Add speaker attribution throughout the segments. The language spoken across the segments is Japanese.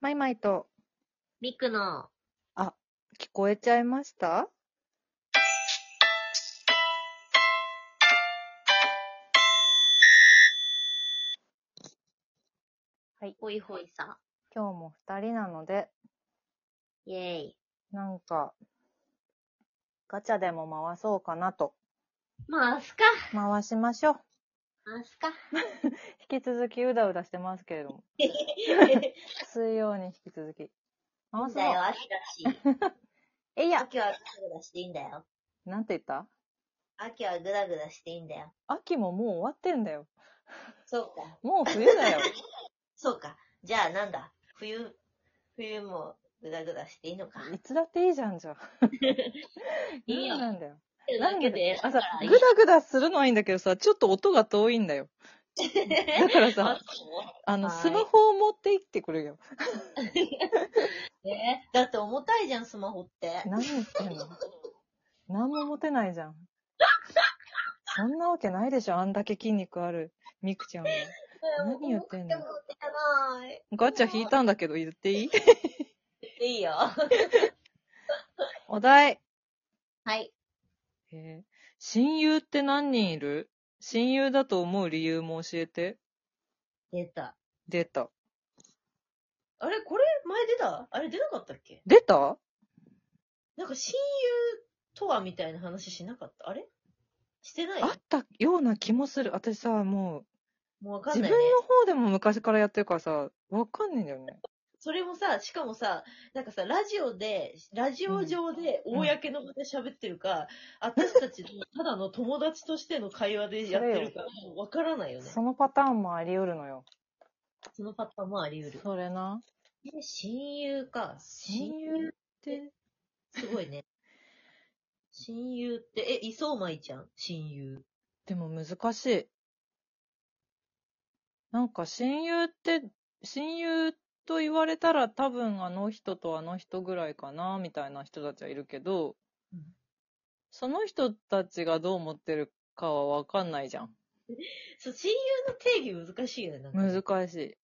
Speaker 1: マイマイと
Speaker 2: ミクの、
Speaker 1: 聞こえちゃいました
Speaker 2: ほいほいさ。
Speaker 1: 今日も二人なので、
Speaker 2: イェーイ。
Speaker 1: なんか、ガチャでも回そうかなと。
Speaker 2: 回すか
Speaker 1: 回しましょう。
Speaker 2: 回すか
Speaker 1: 引き続きうだうだしてますけれども。水曜に引き続き。
Speaker 2: そ
Speaker 1: 回
Speaker 2: う
Speaker 1: そ
Speaker 2: だよ、
Speaker 1: う。
Speaker 2: 秋だし。
Speaker 1: えいや
Speaker 2: 秋はグダグダしていいんだよ。
Speaker 1: なんて言った
Speaker 2: 秋はグダグダしていいんだよ。
Speaker 1: 秋ももう終わってんだよ。
Speaker 2: そうか。
Speaker 1: もう冬 だよ。
Speaker 2: そうか。じゃあなんだ。冬、冬もグダグダしていいのか。
Speaker 1: いつだっていいじゃんじゃん。
Speaker 2: いいよ
Speaker 1: 何なんだよ。
Speaker 2: だけで、
Speaker 1: あさ
Speaker 2: だか、らいい
Speaker 1: グダグダするのはいいんだけどさ、ちょっと音が遠いんだよ。だから
Speaker 2: あ
Speaker 1: さ、
Speaker 2: そ
Speaker 1: あの、
Speaker 2: はい
Speaker 1: スマホを持って行ってくれよ。
Speaker 2: うねだって重たいじゃん、スマホって。
Speaker 1: 何言ってんの何も持てないじゃん。そんなわけないでしょ、あんだけ筋肉ある。みくちゃんは。何言ってんの
Speaker 2: 重くても持てない。
Speaker 1: ガチャ引いたんだけど言っていい
Speaker 2: いいよ。
Speaker 1: お題。
Speaker 2: はい。
Speaker 1: えー親友って何人いる親友だと思う理由も教えて。
Speaker 2: 出た。
Speaker 1: 出た。
Speaker 2: あれこれ前出たあれ出なかったっけ
Speaker 1: 出た
Speaker 2: なんか親友とはみたいな話しなかったあれしてない
Speaker 1: あったような気もする。私さ、もう、
Speaker 2: もうわかん
Speaker 1: 自
Speaker 2: な
Speaker 1: 分
Speaker 2: いね。
Speaker 1: の方でも昔からやってるからさ、わかんないんだよね。
Speaker 2: それもさ、しかもさ、なんかさ、ラジオで、ラジオ上で、
Speaker 1: うん
Speaker 2: 公の場で喋ってるか、私たちのただの友達としての会 話でやってるか、もうわからないよね。
Speaker 1: そのパターンもあり得るのよ。
Speaker 2: そのパターンもあり得る。
Speaker 1: それな。
Speaker 2: え親友か。
Speaker 1: 親友って、
Speaker 2: すごいね。親友って、え、磯舞ちゃん親友。
Speaker 1: でも難しい。なんか親友って、親友と言われたら多分あの人とあの人ぐらいかな、みたいな人たちはいるけど、
Speaker 2: うん
Speaker 1: その人たちがどう思ってるかはわかんないじゃん。
Speaker 2: そう、親友の定義難しいよね。なんかね
Speaker 1: 難しい。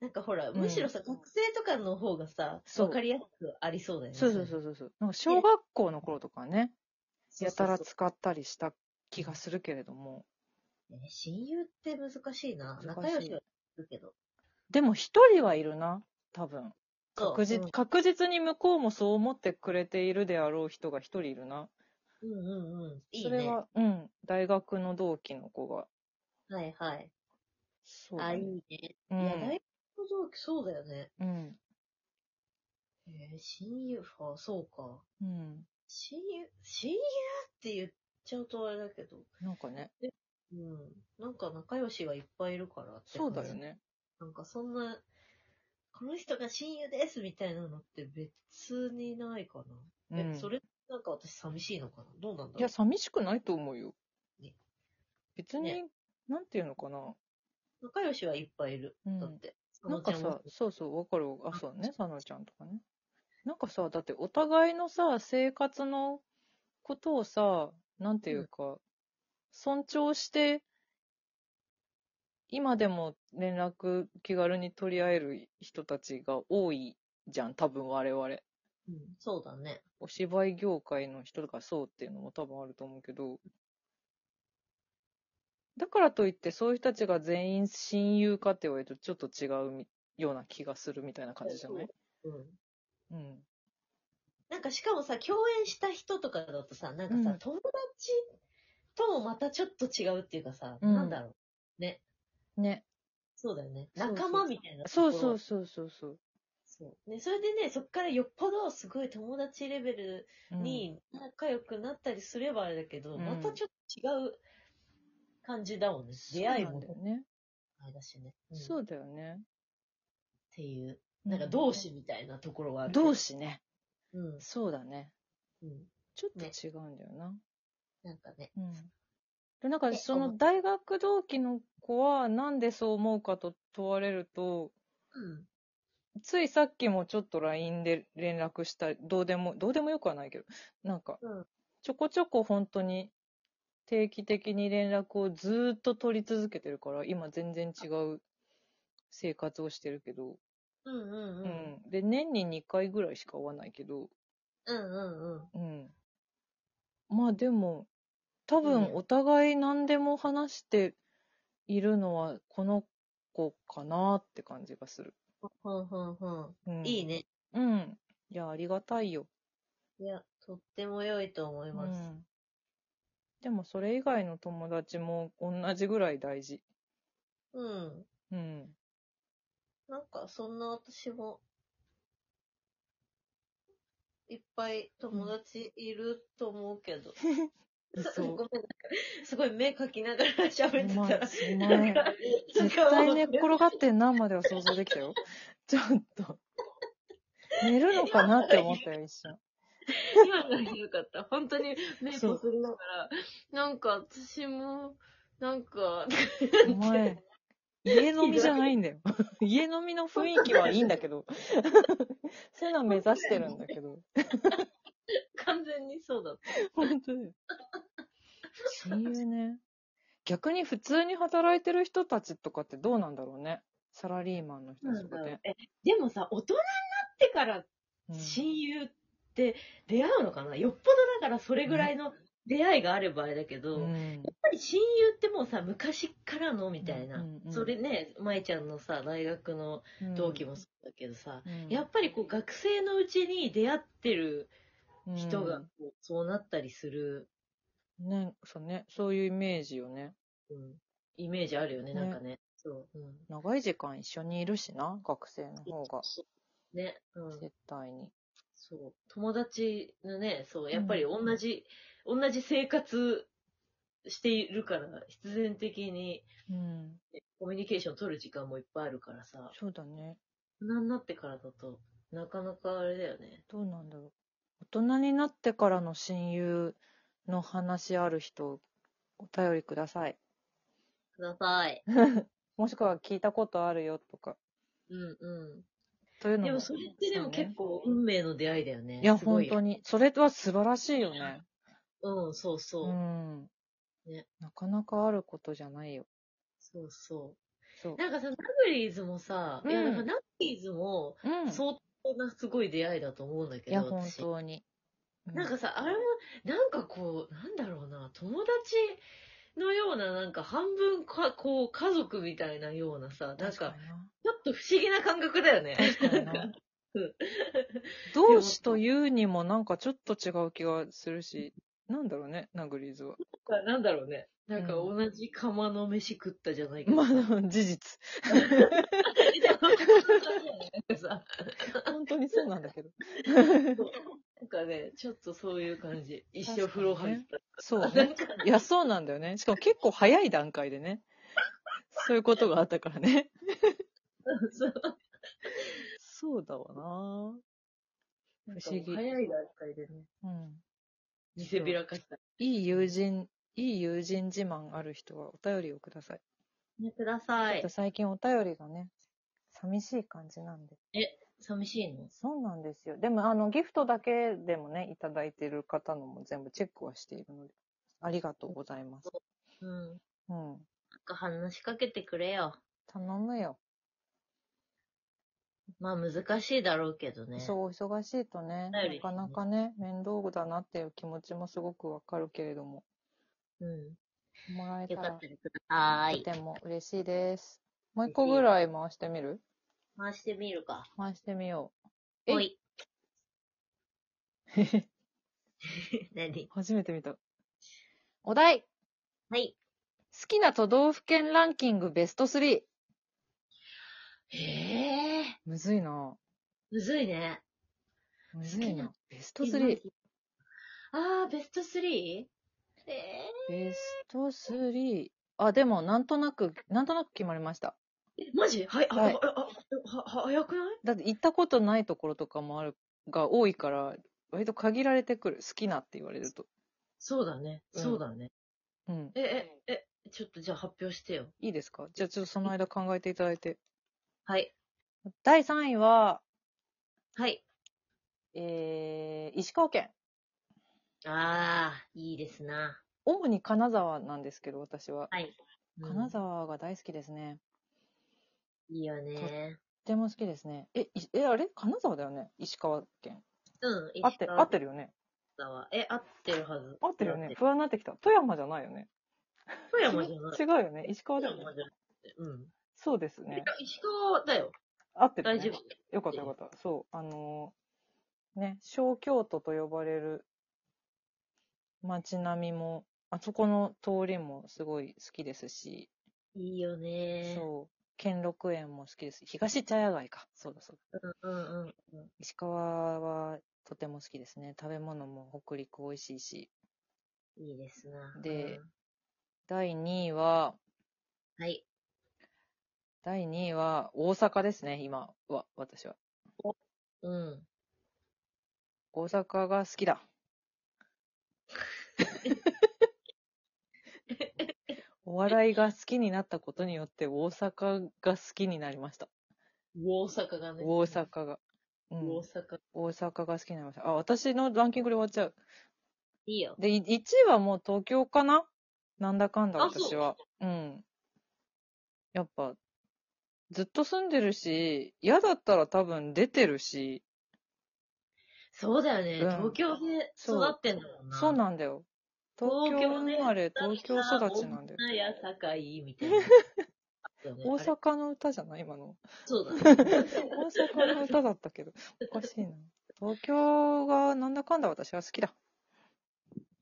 Speaker 2: なんかほら、
Speaker 1: うん
Speaker 2: むしろさ、学生とかの方がさ、
Speaker 1: そう
Speaker 2: わかりやすくありそうだよね。
Speaker 1: そうそうそうそうそう。なんか小学校の頃とかね、
Speaker 2: そうそうそう。
Speaker 1: やたら使ったりした気がするけれども。
Speaker 2: ね親友って難しい
Speaker 1: 難
Speaker 2: な。
Speaker 1: しい
Speaker 2: 仲良しはするけど。
Speaker 1: でも一人はいるな、多分。
Speaker 2: そう
Speaker 1: 確実
Speaker 2: うん
Speaker 1: 確実に向こうもそう思ってくれているであろう人が一人いるな。
Speaker 2: うんうんうん。いい
Speaker 1: そ
Speaker 2: ね。
Speaker 1: れは、うん、大学の同期の子が。
Speaker 2: はいはい。
Speaker 1: そうだ
Speaker 2: あ、い
Speaker 1: ね。
Speaker 2: いね。
Speaker 1: う
Speaker 2: いや、大
Speaker 1: ん。
Speaker 2: 学同期そうだよね。
Speaker 1: うん。
Speaker 2: えー、親友、あ、そうか。
Speaker 1: うん。
Speaker 2: 親友、親友って言っちゃうとあれだけど。
Speaker 1: なんかね、
Speaker 2: うん。なんか仲良しがいっぱいいるからっ
Speaker 1: そ
Speaker 2: て感
Speaker 1: うだ
Speaker 2: じ
Speaker 1: よ。ね。
Speaker 2: なんかそんな、この人が親友ですみたいなのって別にないかな。
Speaker 1: う
Speaker 2: え
Speaker 1: ん、
Speaker 2: それ、なんか私寂しいのかなどうなんだ
Speaker 1: い
Speaker 2: ろ
Speaker 1: や、
Speaker 2: う
Speaker 1: 寂しくないと思うよ
Speaker 2: ね。
Speaker 1: 別に、
Speaker 2: ね
Speaker 1: なんていうのかな。
Speaker 2: 仲良しはいっぱいいる。
Speaker 1: うん
Speaker 2: だって。
Speaker 1: なんか
Speaker 2: その
Speaker 1: さ
Speaker 2: う、ち
Speaker 1: そうそう、わかるわ。あ、そうね、佐野ちゃんとかね。なんかさ、だってお互いのさ、生活のことをさ、なんていうか、尊重して、今でも連絡気軽に取り合える人たちが多いじゃん、多分我々。
Speaker 2: もうん、そうだね。
Speaker 1: お芝居業界の人とかそうっていうのも多分あると思うけど、だからといってそういう人たちが全員親友かって言われるとちょっと違うみような気がするみたいな感じじゃない
Speaker 2: うん。
Speaker 1: うん。
Speaker 2: なんかしかもさ、共演した人とかだとさ、なんかさ、
Speaker 1: うん
Speaker 2: 友達ともまたちょっと違うっていうかさ、
Speaker 1: うん
Speaker 2: なんだろう。
Speaker 1: ね。
Speaker 2: そうだよね。
Speaker 1: そうそう
Speaker 2: 仲間みたいなとこ
Speaker 1: そ
Speaker 2: ろ。
Speaker 1: うそうそうそうそう。
Speaker 2: そう。ね、それでね、そっからよっぽどすごい友達レベル
Speaker 1: うん、
Speaker 2: に仲良くなったりすればあれだけど、
Speaker 1: うん
Speaker 2: またちょっと違う感じだもんね。出会い
Speaker 1: そうな
Speaker 2: も
Speaker 1: んだよね。
Speaker 2: あれだしね。うん
Speaker 1: そうだよね。
Speaker 2: っていう、なんか同志みたいなところはあ
Speaker 1: うん
Speaker 2: る。
Speaker 1: 同。志ね。
Speaker 2: うん。
Speaker 1: そうだね。
Speaker 2: うん。
Speaker 1: ちょっと違うんだよな。
Speaker 2: なんかね。
Speaker 1: うん。で、なんか
Speaker 2: ね
Speaker 1: その大学同期の子はなんでそう思うかと問われると、
Speaker 2: うん。
Speaker 1: ついさっきもちょっと LINE で連絡したり、どうでも、どうでもよくはないけど、なんか
Speaker 2: うん、
Speaker 1: ちょこちょこ本当に定期的に連絡をずーっと取り続けてるから、今全然違う生活をしてるけど、
Speaker 2: うんう
Speaker 1: う
Speaker 2: んうん。
Speaker 1: ん。で、年に2回ぐらいしか会わないけど、
Speaker 2: うんうんうん。
Speaker 1: うん。まあでも、多
Speaker 2: う
Speaker 1: 分
Speaker 2: ん
Speaker 1: お互い何でも話しているのはこの子かなって感じがする。
Speaker 2: ほんほんほん。
Speaker 1: うん、
Speaker 2: いいね。
Speaker 1: うん。いや、ありがたいよ。
Speaker 2: いや、とっても良いと思いうます。
Speaker 1: ん。でも、それ以外の友達も同じぐらい大事。
Speaker 2: うん。
Speaker 1: うん。
Speaker 2: なんか、そんな私も、いっぱい友達いると思うけど。
Speaker 1: 嘘
Speaker 2: ごめん、なんかすごい目かきながら喋って
Speaker 1: お
Speaker 2: たら
Speaker 1: 前、。お前、 絶対寝っ転がってんなまでは想像できたよ。 ちょっと。寝るのかなって思ったよ、一瞬。
Speaker 2: 今のひどかった。本当に目こすりながら、なんか私も、なんか、
Speaker 1: お前、家飲みじゃない んだよ。家飲みの雰囲気はいいんだけど。 そういうのは目指してるんだけど。
Speaker 2: 完全にそうだった。
Speaker 1: 本当だよ。親友ね。逆に普通に働いてる人たちとかってどうなんだろうね。サラリーマンの人たちとかで。
Speaker 2: え、でもさ、大人になってから
Speaker 1: うん
Speaker 2: 親友って出会うのかな、よっぽどだからそれぐらいの出会いがあればあれだけど、
Speaker 1: う
Speaker 2: やっ
Speaker 1: ん
Speaker 2: ぱり親友ってもうさ、昔からのみたいな。
Speaker 1: うんうん
Speaker 2: それね、舞ちゃんのさ、大学の同期もそうだけどさ、
Speaker 1: うん
Speaker 2: やっぱりこう学生のうちに出会ってる人が
Speaker 1: う
Speaker 2: こうそうなったりする、
Speaker 1: んねそうね、そういうイメージよね。
Speaker 2: うんイメージあるよね、
Speaker 1: ね
Speaker 2: なんかね。そう。うん、
Speaker 1: 長い時間一緒にいるしな、学生の方が。
Speaker 2: ね、うん。
Speaker 1: 絶対に。
Speaker 2: そう。友達のね、そう、やっぱり同じ、同じ生活しているから、必然的に
Speaker 1: うん。
Speaker 2: コミュニケーション取る時間もいっぱいあるからさ、
Speaker 1: そうだね。
Speaker 2: 大人になってからだと、なかなかあれだよね。
Speaker 1: どうなんだろう。大人になってからの親友の話ある人、お便りください。
Speaker 2: ください。
Speaker 1: もしくは聞いたことあるよとか。
Speaker 2: うんう
Speaker 1: というの
Speaker 2: ん。
Speaker 1: も。
Speaker 2: でもそれってでも
Speaker 1: そうね
Speaker 2: 結構運命の出会いだよね。
Speaker 1: いや、
Speaker 2: すご
Speaker 1: 本
Speaker 2: よ
Speaker 1: 当に。それは素晴らしいよね。
Speaker 2: うん、そうそう。
Speaker 1: うん。
Speaker 2: ね
Speaker 1: なかなかあることじゃないよ。
Speaker 2: そうそ
Speaker 1: そう
Speaker 2: う。。なんかさ、ナブリーズもさ、いや、
Speaker 1: うん
Speaker 2: なんかナブリーズも、
Speaker 1: うん。
Speaker 2: 相当なすごい出会いだと思うんだけ
Speaker 1: い
Speaker 2: ど、
Speaker 1: や、本
Speaker 2: 私
Speaker 1: 当に。う
Speaker 2: なんかさ、あれも、なんかこう、なんだろうな、友達のような、なんか半分か、こう、家族みたいなようなさ、なんか、
Speaker 1: 確
Speaker 2: ちょ
Speaker 1: かにな。
Speaker 2: っと不思議な感覚だ よね。
Speaker 1: 確かに
Speaker 2: なん
Speaker 1: な
Speaker 2: うん。
Speaker 1: 同志というにもなんかちょっと違う気がするし、なんだろうね、ナグリーズは。
Speaker 2: かなんだろうね。なんか
Speaker 1: う
Speaker 2: 同じ釜の飯食ったじゃないけど
Speaker 1: ま
Speaker 2: さ。
Speaker 1: あ、事実。
Speaker 2: えでも本当になんかさ、
Speaker 1: 本当にそうなんだけど。
Speaker 2: なんかね、ちょっとそういう感じ。一生風呂入った。
Speaker 1: そうね。いや、そうなんだよね。しかも結構早い段階でね。そういうことがあったからね。
Speaker 2: そう
Speaker 1: そうだわな
Speaker 2: なんか
Speaker 1: 不思議
Speaker 2: 早い段階でね。
Speaker 1: うん。
Speaker 2: 見せびらかした。
Speaker 1: いい友人、いい友人自慢ある人はお便りをください。
Speaker 2: ね、くださ
Speaker 1: ちょっ
Speaker 2: い
Speaker 1: と。最近お便りがね、寂しい感じなんで。
Speaker 2: 寂しいの
Speaker 1: そうなんですよ。でも、あの、ギフトだけでもね、いただいている方のも全部チェックはしているので、ありがとうございます。
Speaker 2: うん。なん
Speaker 1: うん。
Speaker 2: か話しかけてくれよ。
Speaker 1: 頼むよ。
Speaker 2: まあ難しいだろうけどね。
Speaker 1: そう、お忙しいとね、
Speaker 2: 頼り
Speaker 1: なかなかね、面倒だなっていう気持ちもすごくわかるけれども、
Speaker 2: う。う
Speaker 1: もらえ
Speaker 2: ん。
Speaker 1: た
Speaker 2: よからっ、たらください。
Speaker 1: とても嬉しいです。もう一個ぐらい回してみる
Speaker 2: 回してみるか。
Speaker 1: 回してみよえい
Speaker 2: おい。何
Speaker 1: う。初めて見た。お題好
Speaker 2: はい。
Speaker 1: きな都道府県ランキングベスト 3!
Speaker 2: へえ。
Speaker 1: むずいな
Speaker 2: むずいね。
Speaker 1: むずい
Speaker 2: 好き
Speaker 1: な
Speaker 2: な
Speaker 1: ベスト 3!
Speaker 2: あー、ベスト 3? え
Speaker 1: ベスト3。あ、でも、なんとなく、なんとなく決まりました。
Speaker 2: ー、マジはい、あ、
Speaker 1: はい
Speaker 2: あ、あ、あは早くない
Speaker 1: だって行ったことないところとかもある、が多いから、割と限られてくる。好きなって言われると。
Speaker 2: そうだね。
Speaker 1: うん
Speaker 2: そうだね。
Speaker 1: うん。
Speaker 2: え、え、え、ちょっとじゃあ発表してよ。
Speaker 1: いいですかじゃあちょっとその間考えていただいて。
Speaker 2: はい。
Speaker 1: 第3位は、
Speaker 2: はい。
Speaker 1: えー、石川県。
Speaker 2: あー、いいですな。
Speaker 1: 主に金沢なんですけど、私は。
Speaker 2: はい。うん
Speaker 1: 金沢が大好きですね。
Speaker 2: いいよね。
Speaker 1: ても好きですね。え、いえ、あれ金沢だよね石川県。
Speaker 2: うん、
Speaker 1: 合って、合って
Speaker 2: る。
Speaker 1: るよね
Speaker 2: え、合ってるはず。
Speaker 1: 合ってるよね。不安になってきた。富山じゃないよね
Speaker 2: 富山じゃない。
Speaker 1: 違うよね石川
Speaker 2: 富
Speaker 1: だよね
Speaker 2: 山じゃない。うん。
Speaker 1: そうですね。
Speaker 2: 石川だよ。
Speaker 1: 合ってる、
Speaker 2: 大
Speaker 1: ね。
Speaker 2: 丈夫。
Speaker 1: よかったよかった。そう、あのーね、小京都と呼ばれる街並みも、あそこの通りもすごい好きですし、
Speaker 2: いいよね。
Speaker 1: そう、兼六園も好きです。東茶屋街か。そうだそうだ。
Speaker 2: うんうんうん。
Speaker 1: 石川はとても好きですね。食べ物も北陸美味しいし。
Speaker 2: いいですな。
Speaker 1: で
Speaker 2: うん
Speaker 1: 第2位は、
Speaker 2: はい。
Speaker 1: 第2位は大阪ですね、今は、私は。
Speaker 2: うん。
Speaker 1: 大阪が好き だ。お笑いが好きになったことによって大阪が好きになりました。
Speaker 2: 大阪がね。
Speaker 1: 大阪が。う
Speaker 2: 大
Speaker 1: ん、
Speaker 2: 阪。
Speaker 1: 大阪が好きになりました。あ、私のランキングで終わっちゃう。
Speaker 2: いいよ。
Speaker 1: で、1位はもう東京かななんだかんだ
Speaker 2: あそう
Speaker 1: 私は。うん。やっぱ、ずっと住んでるし、嫌だったら多分出てるし、
Speaker 2: そうだよね。
Speaker 1: うん
Speaker 2: 東京で育ってんだもんな。
Speaker 1: そうなんだよ。東京生まれ、東
Speaker 2: 東
Speaker 1: 京
Speaker 2: 京ね
Speaker 1: 育ちなんだよ。
Speaker 2: 女や堺み たいな。
Speaker 1: 大
Speaker 2: あれ
Speaker 1: 阪の歌じゃない今 の。
Speaker 2: そうだね。
Speaker 1: 大阪の歌だったけど。おかしいな。東京がなんだかんだ私は好きだ。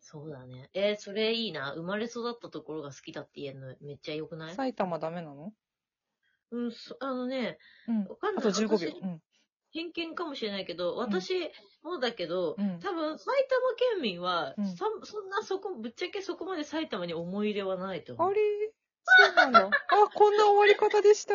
Speaker 2: そうだね。えーそれいいな。生まれ育ったところが好きだって言えるのめっちゃ良くない
Speaker 1: 埼玉ダメなの
Speaker 2: うん、そあのね、
Speaker 1: うん。
Speaker 2: わかん
Speaker 1: あ
Speaker 2: ない。
Speaker 1: と15秒
Speaker 2: 私。
Speaker 1: うん。
Speaker 2: 偏見かもしれないけど、私もだけど、
Speaker 1: うん
Speaker 2: 多分埼玉県民は、
Speaker 1: うん
Speaker 2: さそんなそこ、ぶっちゃけそこまで埼玉に思い入れはないと
Speaker 1: あ
Speaker 2: 思う。
Speaker 1: れそうなんだ。あ、こんな終わり方でした。